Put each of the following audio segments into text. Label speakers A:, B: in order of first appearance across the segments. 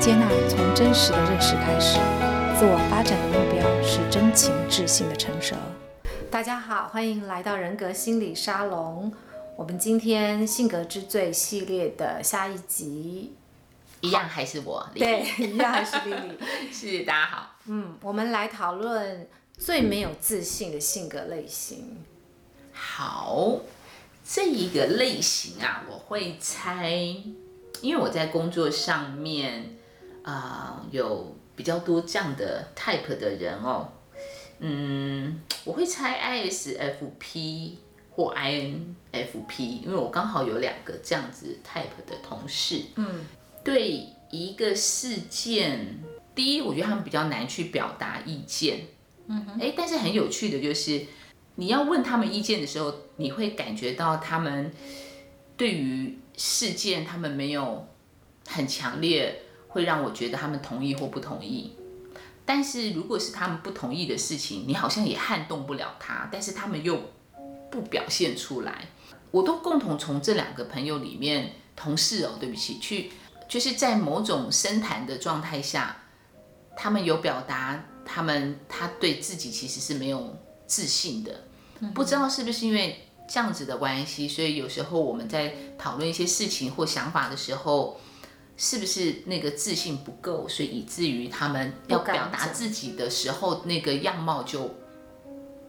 A: 接纳从真实的认识开始，自我发展的目标是真情智性的成熟。
B: 大家好，欢迎来到人格心理沙龙。我们今天性格之最系列的下一集，
C: 一样还是我，李
B: 对， 一样还是丽丽。
C: 是大家好，
B: 嗯，我们来讨论最没有自信的性格类型。
C: 好，这一个类型啊，我会猜，因为我在工作上面，啊、有比较多这样的 type 的人哦，嗯，我会猜 ISFP 或 INFP，因为我刚好有两个这样子 type 的同事，
B: 嗯，
C: 对一个事件，第一，我觉得他们比较难去表达意见。嗯哼，哎，但是很有趣的就是，你要问他们意见的时候，你会感觉到他们对于事件，他们没有很强烈，会让我觉得他们同意或不同意。但是如果是他们不同意的事情，你好像也撼动不了他，但是他们又不表现出来。我都共同从这两个朋友里面，同事哦，对不起，去就是在某种深谈的状态下，他们有表达他们他对自己其实是没有自信的，
B: 嗯
C: 不知道是不是因为这样子的关系，所以有时候我们在讨论一些事情或想法的时候，是不是那个自信不够，所以以至于他们要
B: 不敢
C: 表达
B: 讲
C: 自己的时候，那个样貌就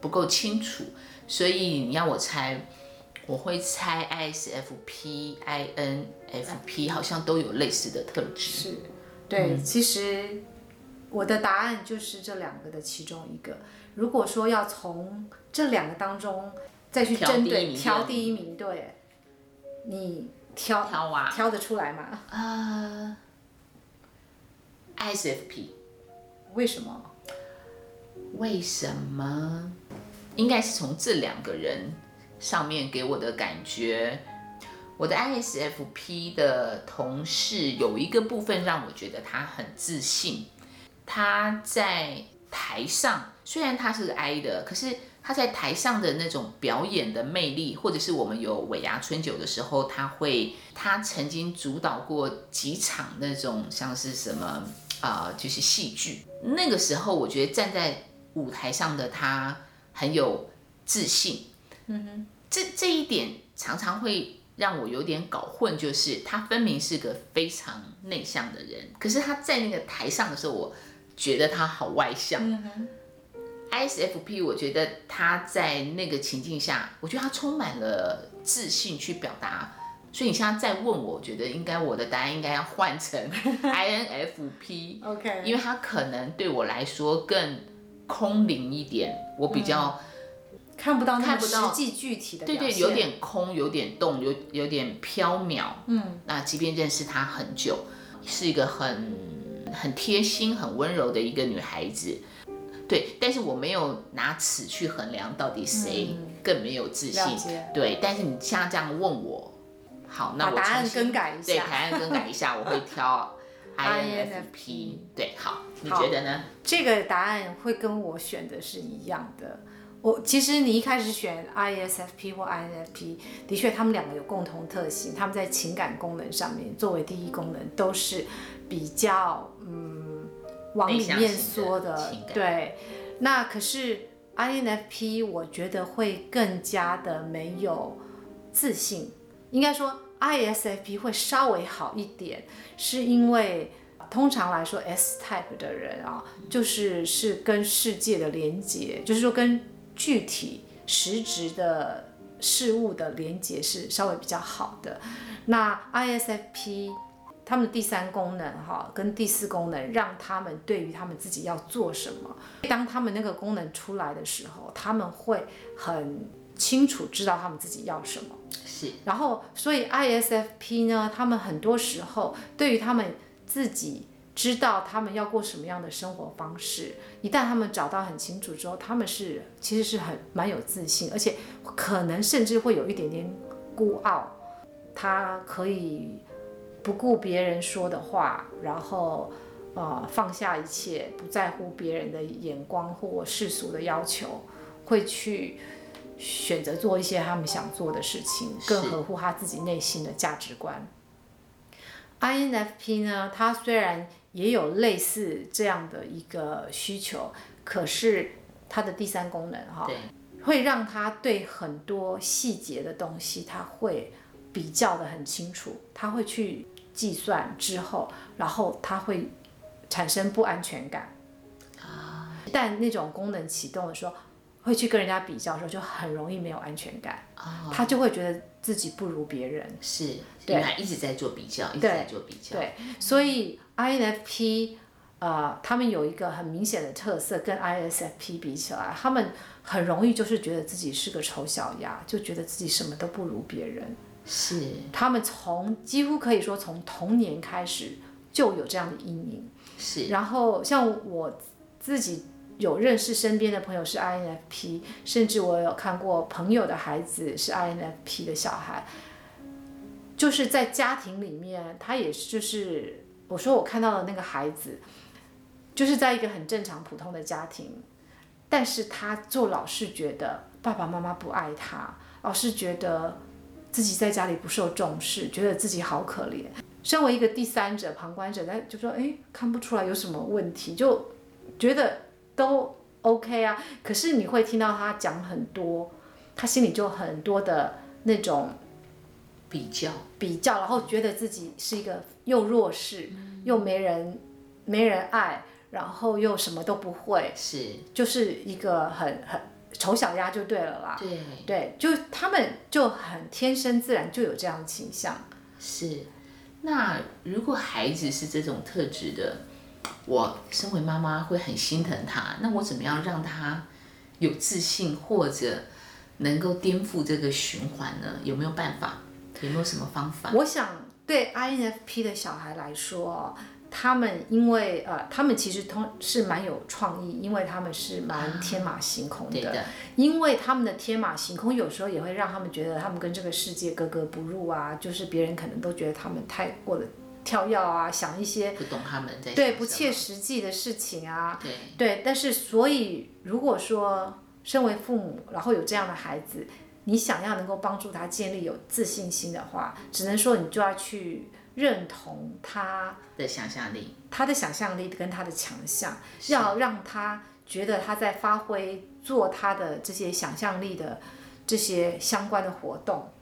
C: 不够清楚，所以你要我猜。我会猜 ISFP、INFP 好像都有类似的特质。
B: 是，对，
C: 嗯
B: 其实我的答案就是这两个的其中一个。如果说要从这两个当中再去
C: 挑第
B: 针
C: 一
B: 对
C: 名
B: 挑
C: 对
B: 第一名，对，你挑
C: 挑啊
B: 挑得出来吗？
C: 呃，ISFP
B: 为什么？
C: 为什么？应该是从这两个人上面给我的感觉，我的 ISFP 的同事有一个部分让我觉得他很自信。他在台上，虽然他是个 I 的，可是他在台上的那种表演的魅力，或者是我们有尾牙春酒的时候，他会，他曾经主导过几场那种像是什么啊、呃就是戏剧。那个时候，我觉得站在舞台上的他很有自信。嗯哼，这这一点常常会让我有点搞混，就是他分明是个非常内向的人，可是他在那个台上的时候，我觉得他好外向。
B: 嗯哼，
C: ISFP，我觉得他在那个情境下，我觉得他充满了自信去表达。所以你现在再问我，我觉得应该我的答案应该要换成 INFP。
B: OK，
C: 因为它可能对我来说更空灵一点，我比较、
B: 看不到那
C: 看
B: 么
C: 不
B: 实
C: 到
B: 际具体的
C: 对
B: 表
C: 对，
B: 现
C: 有点空，有点动，有有点飘渺。
B: 嗯，
C: 那即便认识她很久，是一个很很贴心、很温柔的一个女孩子。对，但是我没有拿尺去衡量到底谁更没有自信。
B: 嗯了解
C: 对，但是你现在这样问我，好，那
B: 把
C: 我
B: 答案
C: 重新
B: 更改一
C: 对，
B: 下
C: 答案更改一下，我会 挑
B: INFP
C: INFP。对，好，你
B: 好
C: 觉得呢？
B: 这个答案会跟我选的是一样的。我其实你一开始选 ISFP 或 INFP，的确他们两个有共同特性，他们在情感功能上面作为第一功能都是比较嗯往里面缩
C: 内向型的情感
B: 对。那可是 INFP 我觉得会更加的没有自信，应该说 ISFP 会稍微好一点，是因为通常来说 S type 的人啊，就是是跟世界的连接，就是说跟具体实质的事物的连接是稍微比较好的。那 ISFP 他们的第三功能哈、跟第四功能，让他们对于他们自己要做什么，当他们那个功能出来的时候，他们会很清楚知道他们自己要什么。
C: 是
B: 然后，所以 ISFP 呢，他们很多时候对于他们自己知道他们要过什么样的生活方式，一旦他们找到很清楚之后，他们是其实是很蛮有自信，而且可能甚至会有一点点孤傲，他可以不顾别人说的话，然后。呃，放下一切，不在乎别人的眼光或世俗的要求，会去选择做一些他们想做的事情，
C: 是
B: 更合乎他自己内心的价值观。INFP 呢，他虽然也有类似这样的一个需求，可是它的第三功能哈、
C: 对
B: 会让他对很多细节的东西他会比较的很清楚，他会去计算之后，然后他会产生不安全感。但那种功能启动的时候，会去跟人家比较的时候，就很容易没有安全感，
C: 哦，
B: 他就会觉得自己不如别人。
C: 是，因
B: 对
C: 为他一直在做比较，一直在做比较，
B: 对，所以 INFP 呃，他们有一个很明显的特色，跟 ISFP 比起来，他们很容易就是觉得自己是个丑小鸭，就觉得自己什么都不如别人。
C: 是
B: 他们从几乎可以说从童年开始就有这样的阴影。
C: 是
B: 然后像我自己有认识身边的朋友是 INFP，甚至我有看过朋友的孩子是 INFP 的小孩，就是在家庭里面，他也是就是我说我看到的那个孩子，就是在一个很正常普通的家庭，但是他做老是觉得爸爸妈妈不爱他，老是觉得自己在家里不受重视，觉得自己好可怜。身为一个第三者、旁观者，他就说：“哎，看不出来有什么问题，就觉得都 OK 啊。”可是你会听到他讲很多，他心里就很多的那种
C: 比较，
B: 比较，然后觉得自己是一个又弱势，又没人没人爱，然后又什么都不会，
C: 是
B: 就是一个很很丑小鸭就对了啦。
C: 对
B: 对，就他们就很天生自然就有这样的倾向。
C: 是。那如果孩子是这种特质的，我身为妈妈会很心疼他。那我怎么样让他有自信，或者能够颠覆这个循环呢？有没有办法？有没有什么方法？
B: 我想对 INFP 的小孩来说哦，他们因为呃，他们其实通是蛮有创意，因为他们是蛮天马行空
C: 对
B: 的。
C: 的，
B: 因为他们的天马行空，有时候也会让他们觉得他们跟这个世界格格不入啊，就是别人可能都觉得他们太过的跳跃啊，想一些
C: 不懂他们在
B: 对
C: 想
B: 不
C: 什
B: 切
C: 么
B: 实际的事情啊，
C: 对
B: 对，但是所以如果说身为父母，然后有这样的孩子，你想要能够帮助他建立有自信心的话，只能说你就要去认同他
C: 的想象力，
B: 他的想象力跟他的强项，要让他觉得他在发挥做他的这些想象力的这些相关的活动，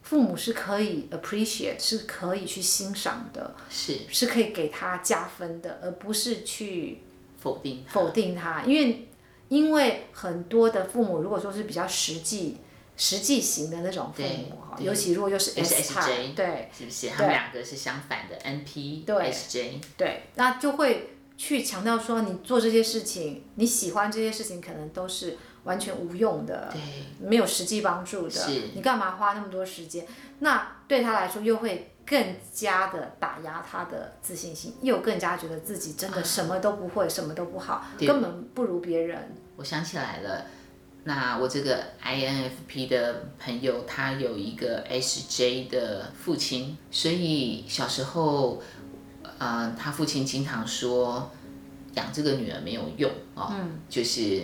B: 父母是可以 appreciate，是可以去欣赏的，
C: 是
B: 是可以给他加分的，而不是去
C: 否定他
B: 否定他，因为因为很多的父母如果说是比较实际实际型的那种父母哈，
C: 对对
B: 尤其如果又是
C: 又是
B: S 派
C: SJ，
B: 对
C: 是不是？他们两个是相反的，NP
B: 对
C: SJ
B: 对，那就会去强调说你做这些事情，你喜欢这些事情，可能都是完全无用的，
C: 对
B: 没有实际帮助的
C: 是，
B: 你干嘛花那么多时间？那对他来说又会。更加的打压他的自信心，又更加觉得自己真的什么都不会，什么都不好，
C: 啊对
B: 根本不如别人。
C: 我想起来了，那我这个 INFP 的朋友，他有一个 SJ 的父亲，所以小时候，呃，他父亲经常说养这个女儿没有用哦，
B: 嗯
C: 就是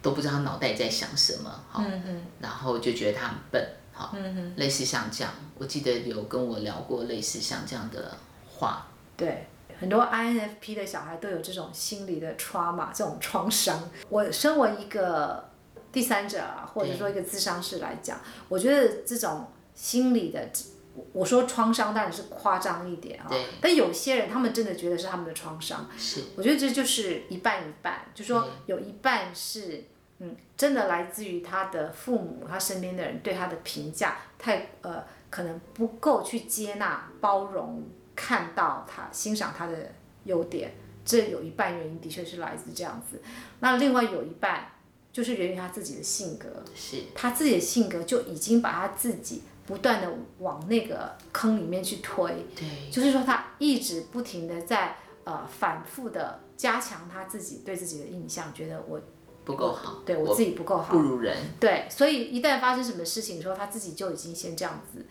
C: 都不知道脑袋在想什么，哈、
B: 嗯
C: 然后就觉得他很笨，哈、类似像这样，我记得有跟我聊过类似像这样的话，
B: 对，很多 INFP 的小孩都有这种心理的 trauma，这种创伤。我身为一个第三者啊，或者说一个咨商师来讲，我觉得这种心理的，我我说创伤当然是夸张一点啊、
C: 对
B: 但有些人他们真的觉得是他们的创伤，
C: 是
B: 我觉得这就是一半一半，就说有一半是。嗯，真的来自于他的父母，他身边的人对他的评价太呃，可能不够去接纳、包容、看到他、欣赏他的优点，这有一半原因的确是来自这样子。那另外有一半就是源于他自己的性格，
C: 是
B: 他自己的性格就已经把他自己不断的往那个坑里面去推，
C: 对
B: 就是说他一直不停的在呃反复的加强他自己对自己的印象，觉得我
C: 不够好，
B: 对我自己不够好
C: 不，如人，
B: 对，所以一旦发生什么事情的时候，他自己就已经先这样子，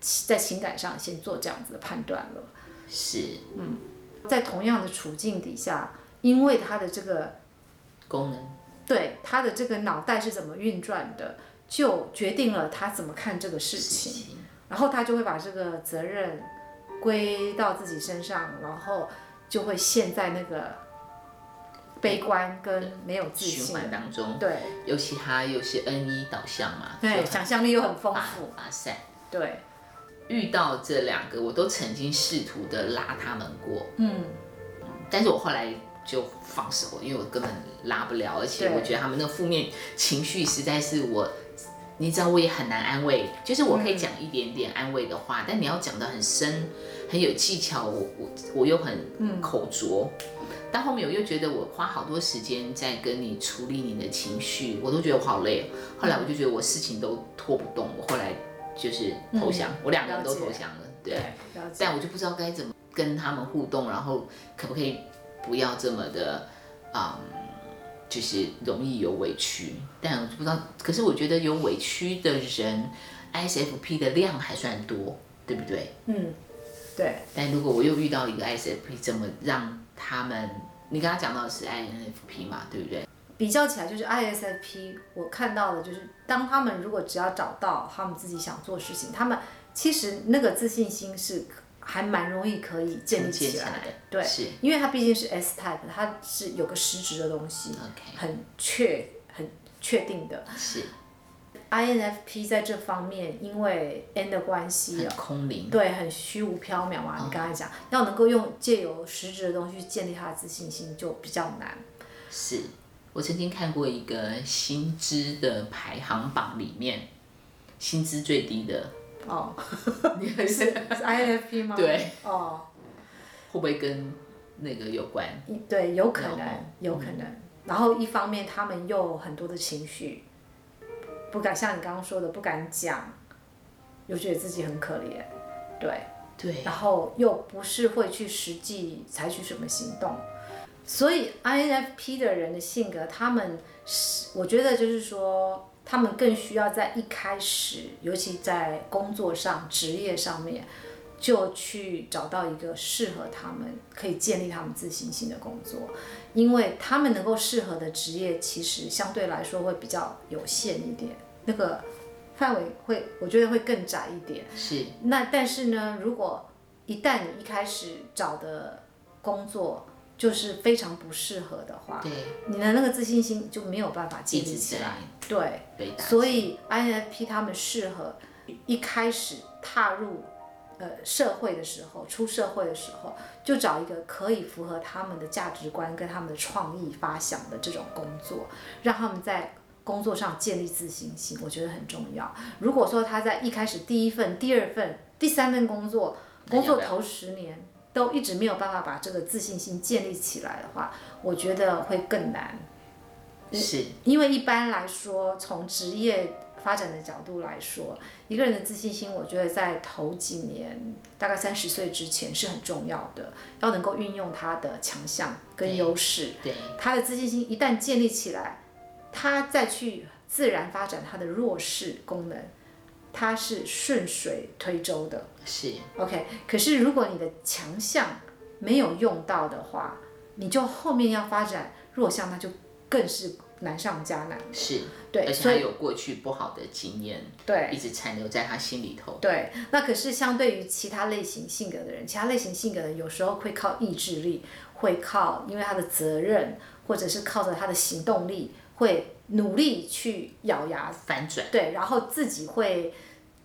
B: 其在情感上先做这样子的判断了。
C: 是
B: 在同样的处境底下，因为他的这个
C: 功能。
B: 对他的这个脑袋是怎么运转的，就决定了他怎么看这个事情，然后他就会把这个责任归到自己身上，然后就会陷在那个悲观跟没有自
C: 循
B: 信。
C: 环当中，
B: 对
C: 尤其他有些 N 一导向嘛，
B: 对，
C: 想
B: 想象力又很丰
C: 发
B: 富。
C: 发散。
B: 对，
C: 遇到这两个，我都曾经试图的拉他们过，
B: 嗯，
C: 但是我后来就放手，因为我根本拉不了，而且
B: 对
C: 我觉得他们那负面情绪实在是我，你知道我也很难安慰，就是我可以讲一点点安慰的话，但你要讲的很深，很有技巧，我我我又很口拙。但后面我又觉得我花好多时间在跟你处理你的情绪，我都觉得我好累、哦。后来我就觉得我事情都拖不动，我后来就是投降，我两个人都
B: 嗯了解
C: 投降了。对，
B: 了解。
C: 但我就不知道该怎么跟他们互动，然后可不可以不要这么的，嗯，就是容易有委屈。但我就不知道，可是我觉得有委屈的人，ISFP 的量还算多，对不对？
B: 嗯，对，
C: 但如果我又遇到一个 ISFP，怎么让他们？你刚刚讲到的是 INFP 嘛，对不对？
B: 比较起来，就是 ISFP，我看到的就是，当他们如果只要找到他们自己想做的事情，他们其实那个自信心是还蛮容易可以建立
C: 建
B: 起
C: 起
B: 来
C: 来的
B: 对，
C: 是
B: 因为它毕竟是 S type，它是有个实质的东西
C: OK
B: 很确很确定的。
C: 是
B: INFP 在这方面，因为 N 的关系
C: 很
B: 哦，
C: 空灵，哦
B: 对，很虚无缥缈啊嘛。你刚才讲，要能够用借由实质的东西去建立他的自信心，就比较难。
C: 是我曾经看过一个薪资的排行榜里面，薪资最低的
B: 哦， 你还 是是 INFP 吗？
C: 对，
B: 哦，
C: 会不会跟那个有关？
B: 一对，有可
C: 然
B: 能
C: 后，
B: 有可能。然后一方面他们又有很多的情绪，不敢像你刚刚说的不敢讲，又觉得自己很可怜，对，
C: 对，
B: 然后又不是会去实际采取什么行动。所以 INFP 的人的性格，他们是我觉得就是说，他们更需要在一开始，尤其在工作上、职业上面，就去找到一个适合他们、可以建立他们自信心的工作，因为他们能够适合的职业，其实相对来说会比较有限一点，那个范围会，我觉得会更窄一点。
C: 是
B: 那但是呢，如果一旦你一开始找的工作就是非常不适合的话，
C: 对，
B: 你的那个自信心就没有办法建
C: 一
B: 立
C: 直
B: 起
C: 在
B: 来。对，
C: 被打击，
B: 所以 INFP 他们适合一开始踏入呃社会的时候，出社会的时候，就找一个可以符合他们的价值观跟他们的创意发想的这种工作，让他们在。工作上建立自信心，我觉得很重要。如果说他在一开始第一份、第二份、第三份工作，
C: 那要
B: 工
C: 不要
B: 作头十年都一直没有办法把这个自信心建立起来的话，我觉得会更难。嗯
C: 是
B: 因为一般来说，从职业发展的角度来说，一个人的自信心，我觉得在头几年，大概三十岁之前是很重要的，要能够运用他的强项跟优势。
C: 对，
B: 他的自信心一旦建立起来，他再去自然发展他的弱势功能，他是顺水推舟的。
C: 是
B: OK，可是如果你的强项没有用到的话，你就后面要发展弱项，那就更是难上加难。
C: 是，
B: 对，
C: 而且
B: 所
C: 他
B: 以
C: 有过去不好的经验，
B: 对
C: 一直残留在他心里头，
B: 对，那可是相对于其他类型性格的人，其他类型性格的人有时候会靠意志力，会靠因为他的责任，或者是靠着他的行动力，会努力去咬牙
C: 反转，
B: 对，然后自己会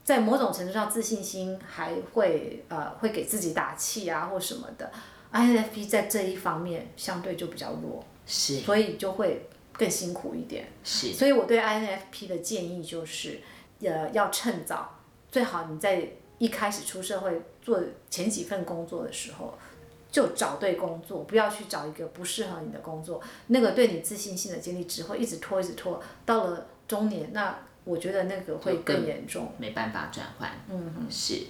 B: 在某种程度上自信心还会呃会给自己打气啊或什么的。INFP 在这一方面相对就比较弱，
C: 是
B: 所以就会更辛苦一点。
C: 是
B: 所以我对 INFP 的建议就是，呃，要趁早，最好你在一开始出社会做前几份工作的时候。就找对工作，不要去找一个不适合你的工作，那个对你自信心的建立只会一直拖，一直拖。到了中年，那我觉得那个会
C: 就更
B: 更严重。
C: 没办法转换，嗯，是。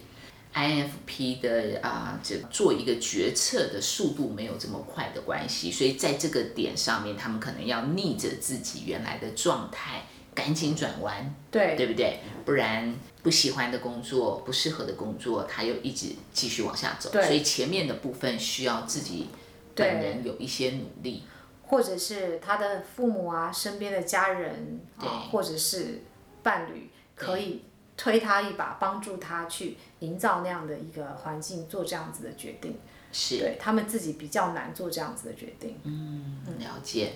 C: INFP 的啊，这、做一个决策的速度没有这么快的关系，所以在这个点上面，他们可能要逆着自己原来的状态，赶紧转弯，
B: 对
C: 对不对？不然不喜欢的工作、不适合的工作，他又一直继续往下走。
B: 对
C: 所以前面的部分需要自己本
B: 对
C: 人有一些努力。
B: 或者是他的父母啊、身边的家人
C: 对
B: 啊，或者是伴侣，可以推他一把，帮助他去营造那样的一个环境，做这样子的决定。
C: 是
B: 对他们自己比较难做这样子的决定。嗯
C: 了解，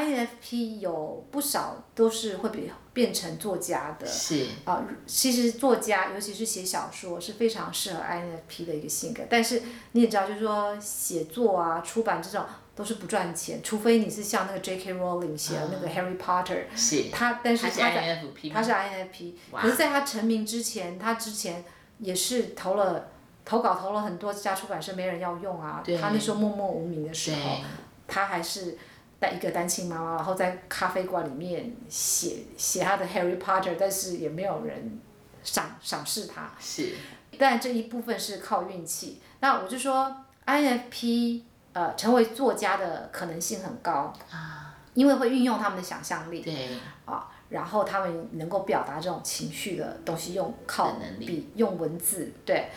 B: INFP 有不少都是会比变成作家的。
C: 是
B: 啊、其实作家，尤其是写小说，是非常适合 INFP 的一个性格。但是你也知道，就是说写作啊、出版这种都是不赚钱，除非你是像那个 J.K. Rowling 写的那个 Harry Potter，、
C: 是，
B: 他但是
C: 他是
B: 他在
C: INFP
B: 他
C: 吗？
B: 是 INFP，可是在他成名之前，他之前也是投了投稿投了很多家出版社，没人要用啊。
C: 对
B: 他那时候默默无名的时候，
C: 对，
B: 她还是单一个单亲妈妈，然后在咖啡馆里面写写她的 Harry Potter，但是也没有人赏赏识她。
C: 是
B: 但这一部分是靠运气。那我就说，INFP 呃成为作家的可能性很高，因为会运用他们的想象力
C: 啊对，
B: 啊，然后他们能够表达这种情绪的东西用靠
C: 的能力
B: 笔用文字对。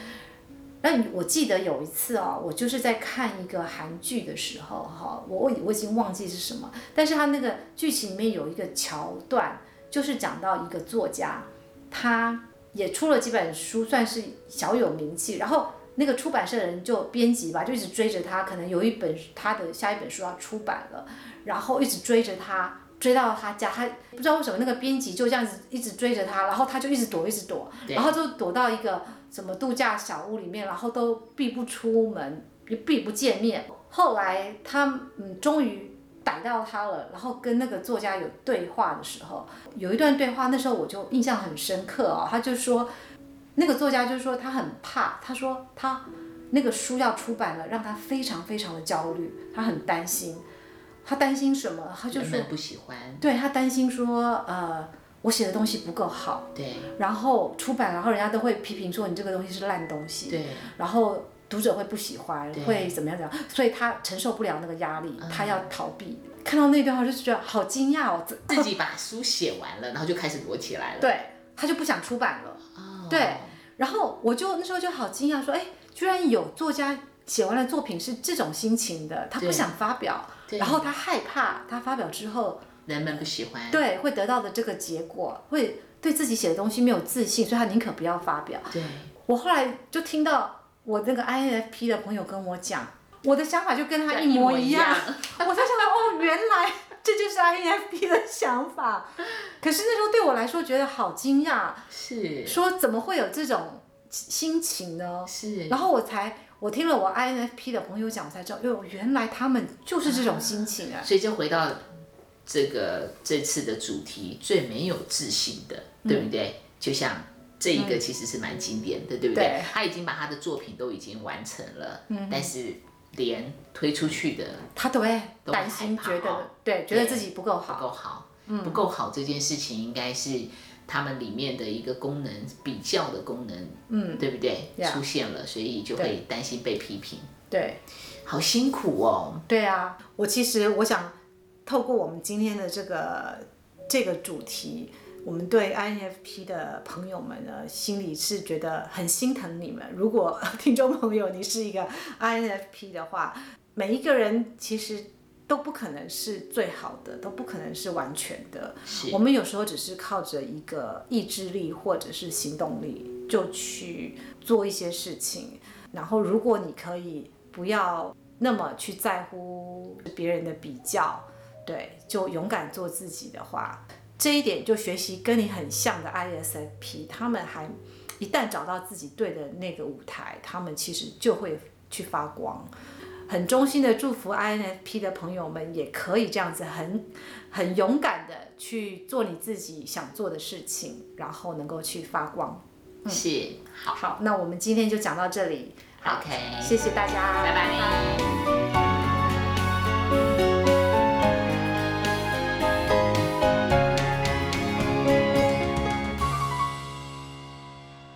B: 那我记得有一次哦，我就是在看一个韩剧的时候哈、我我已我已经忘记是什么，但是它那个剧情里面有一个桥段，就是讲到一个作家，他也出了几本书，算是小有名气，然后。那个出版社的人就编辑吧，就一直追着他，可能有一本他的下一本书要出版了，然后一直追着他，追到他家，他不知道为什么那个编辑就这样子一直追着他，然后他就一直躲，一直躲，
C: 对
B: 然后就躲到一个什么度假小屋里面，然后都避不出门，也避不见面。后来他嗯，终于逮到他了，然后跟那个作家有对话的时候，有一段对话，那时候我就印象很深刻哦。他就说，那个作家就说他很怕，他说他那个书要出版了，让他非常非常的焦虑，他很担心。他担心什么？呃他就
C: 人
B: 说
C: 们不喜欢，
B: 对他担心说，呃，我写的东西不够好，
C: 对
B: 然后出版，然后人家都会批评说你这个东西是烂东西，
C: 对
B: 然后读者会不喜欢，
C: 对嗯
B: 会怎么样怎么样，所以他承受不了那个压力，他要逃避。看到那段话就觉得好惊讶哦，这
C: 自己把书写完了，然后就开始躲起来了。
B: 对他就不想出版了。
C: 哦
B: 对，然后我就那时候就好惊讶，说，哎，居然有作家写完了作品是这种心情的，他不
C: 对
B: 想发表，
C: 对
B: 然后他害怕他发表之后
C: 哦人们不喜欢，
B: 对，会得到的这个结果，会对自己写的东西没有自信，所以他宁可不要发表。
C: 对
B: 我后来就听到我那个 INFP 的朋友跟我讲，我的想法就跟他一模一样，我才想到哦，原来这就是 INFP 的想法。可是那时候对我来说觉得好惊讶，
C: 是
B: 说怎么会有这种心情呢？
C: 是，
B: 然后我才。我听了我 INFP 的朋友讲，我才知道，哟，原来他们就是这种心情啊！
C: 所以就回到这个这次的主题，最没有自信的，对不对？就像这一个其实是蛮经典的，对不对？
B: 对
C: 他已经把他的作品都已经完成了，但是连推出去的
B: 他都会
C: 都
B: 担
C: 害
B: 心，
C: 怕
B: 觉
C: 哦
B: 得对，觉得
C: 对
B: 自己不够
C: 不
B: 好。
C: 够好，不够好这件事情应该是他们里面的一个功能比较的功能，嗯，对不对
B: Yeah
C: 出现了，所以就会担心被批评，
B: 对，
C: 好辛苦哦，
B: 对啊，我其实我想透过我们今天的这个这个主题，我们对 INFP 的朋友们呢，心里是觉得很心疼你们。如果 听众朋友你是一个 INFP 的话，每一个人其实都不可能是最好的，都不可能是完全的。
C: 是
B: 我们有时候只是靠着一个意志力或者是行动力，就去做一些事情。然后，如果你可以不要那么去在乎别人的比较，对，就勇敢做自己的话，这一点就学习跟你很像的 ISFP，他们还一旦找到自己对的那个舞台，他们其实就会去发光。很衷心的祝福 INFP 的朋友们，也可以这样子很很勇敢的去做你自己想做的事情，然后能够去发光。
C: 是好
B: 好，那我们今天就讲到这里。好
C: ，OK，
B: 谢谢大家，
C: 拜拜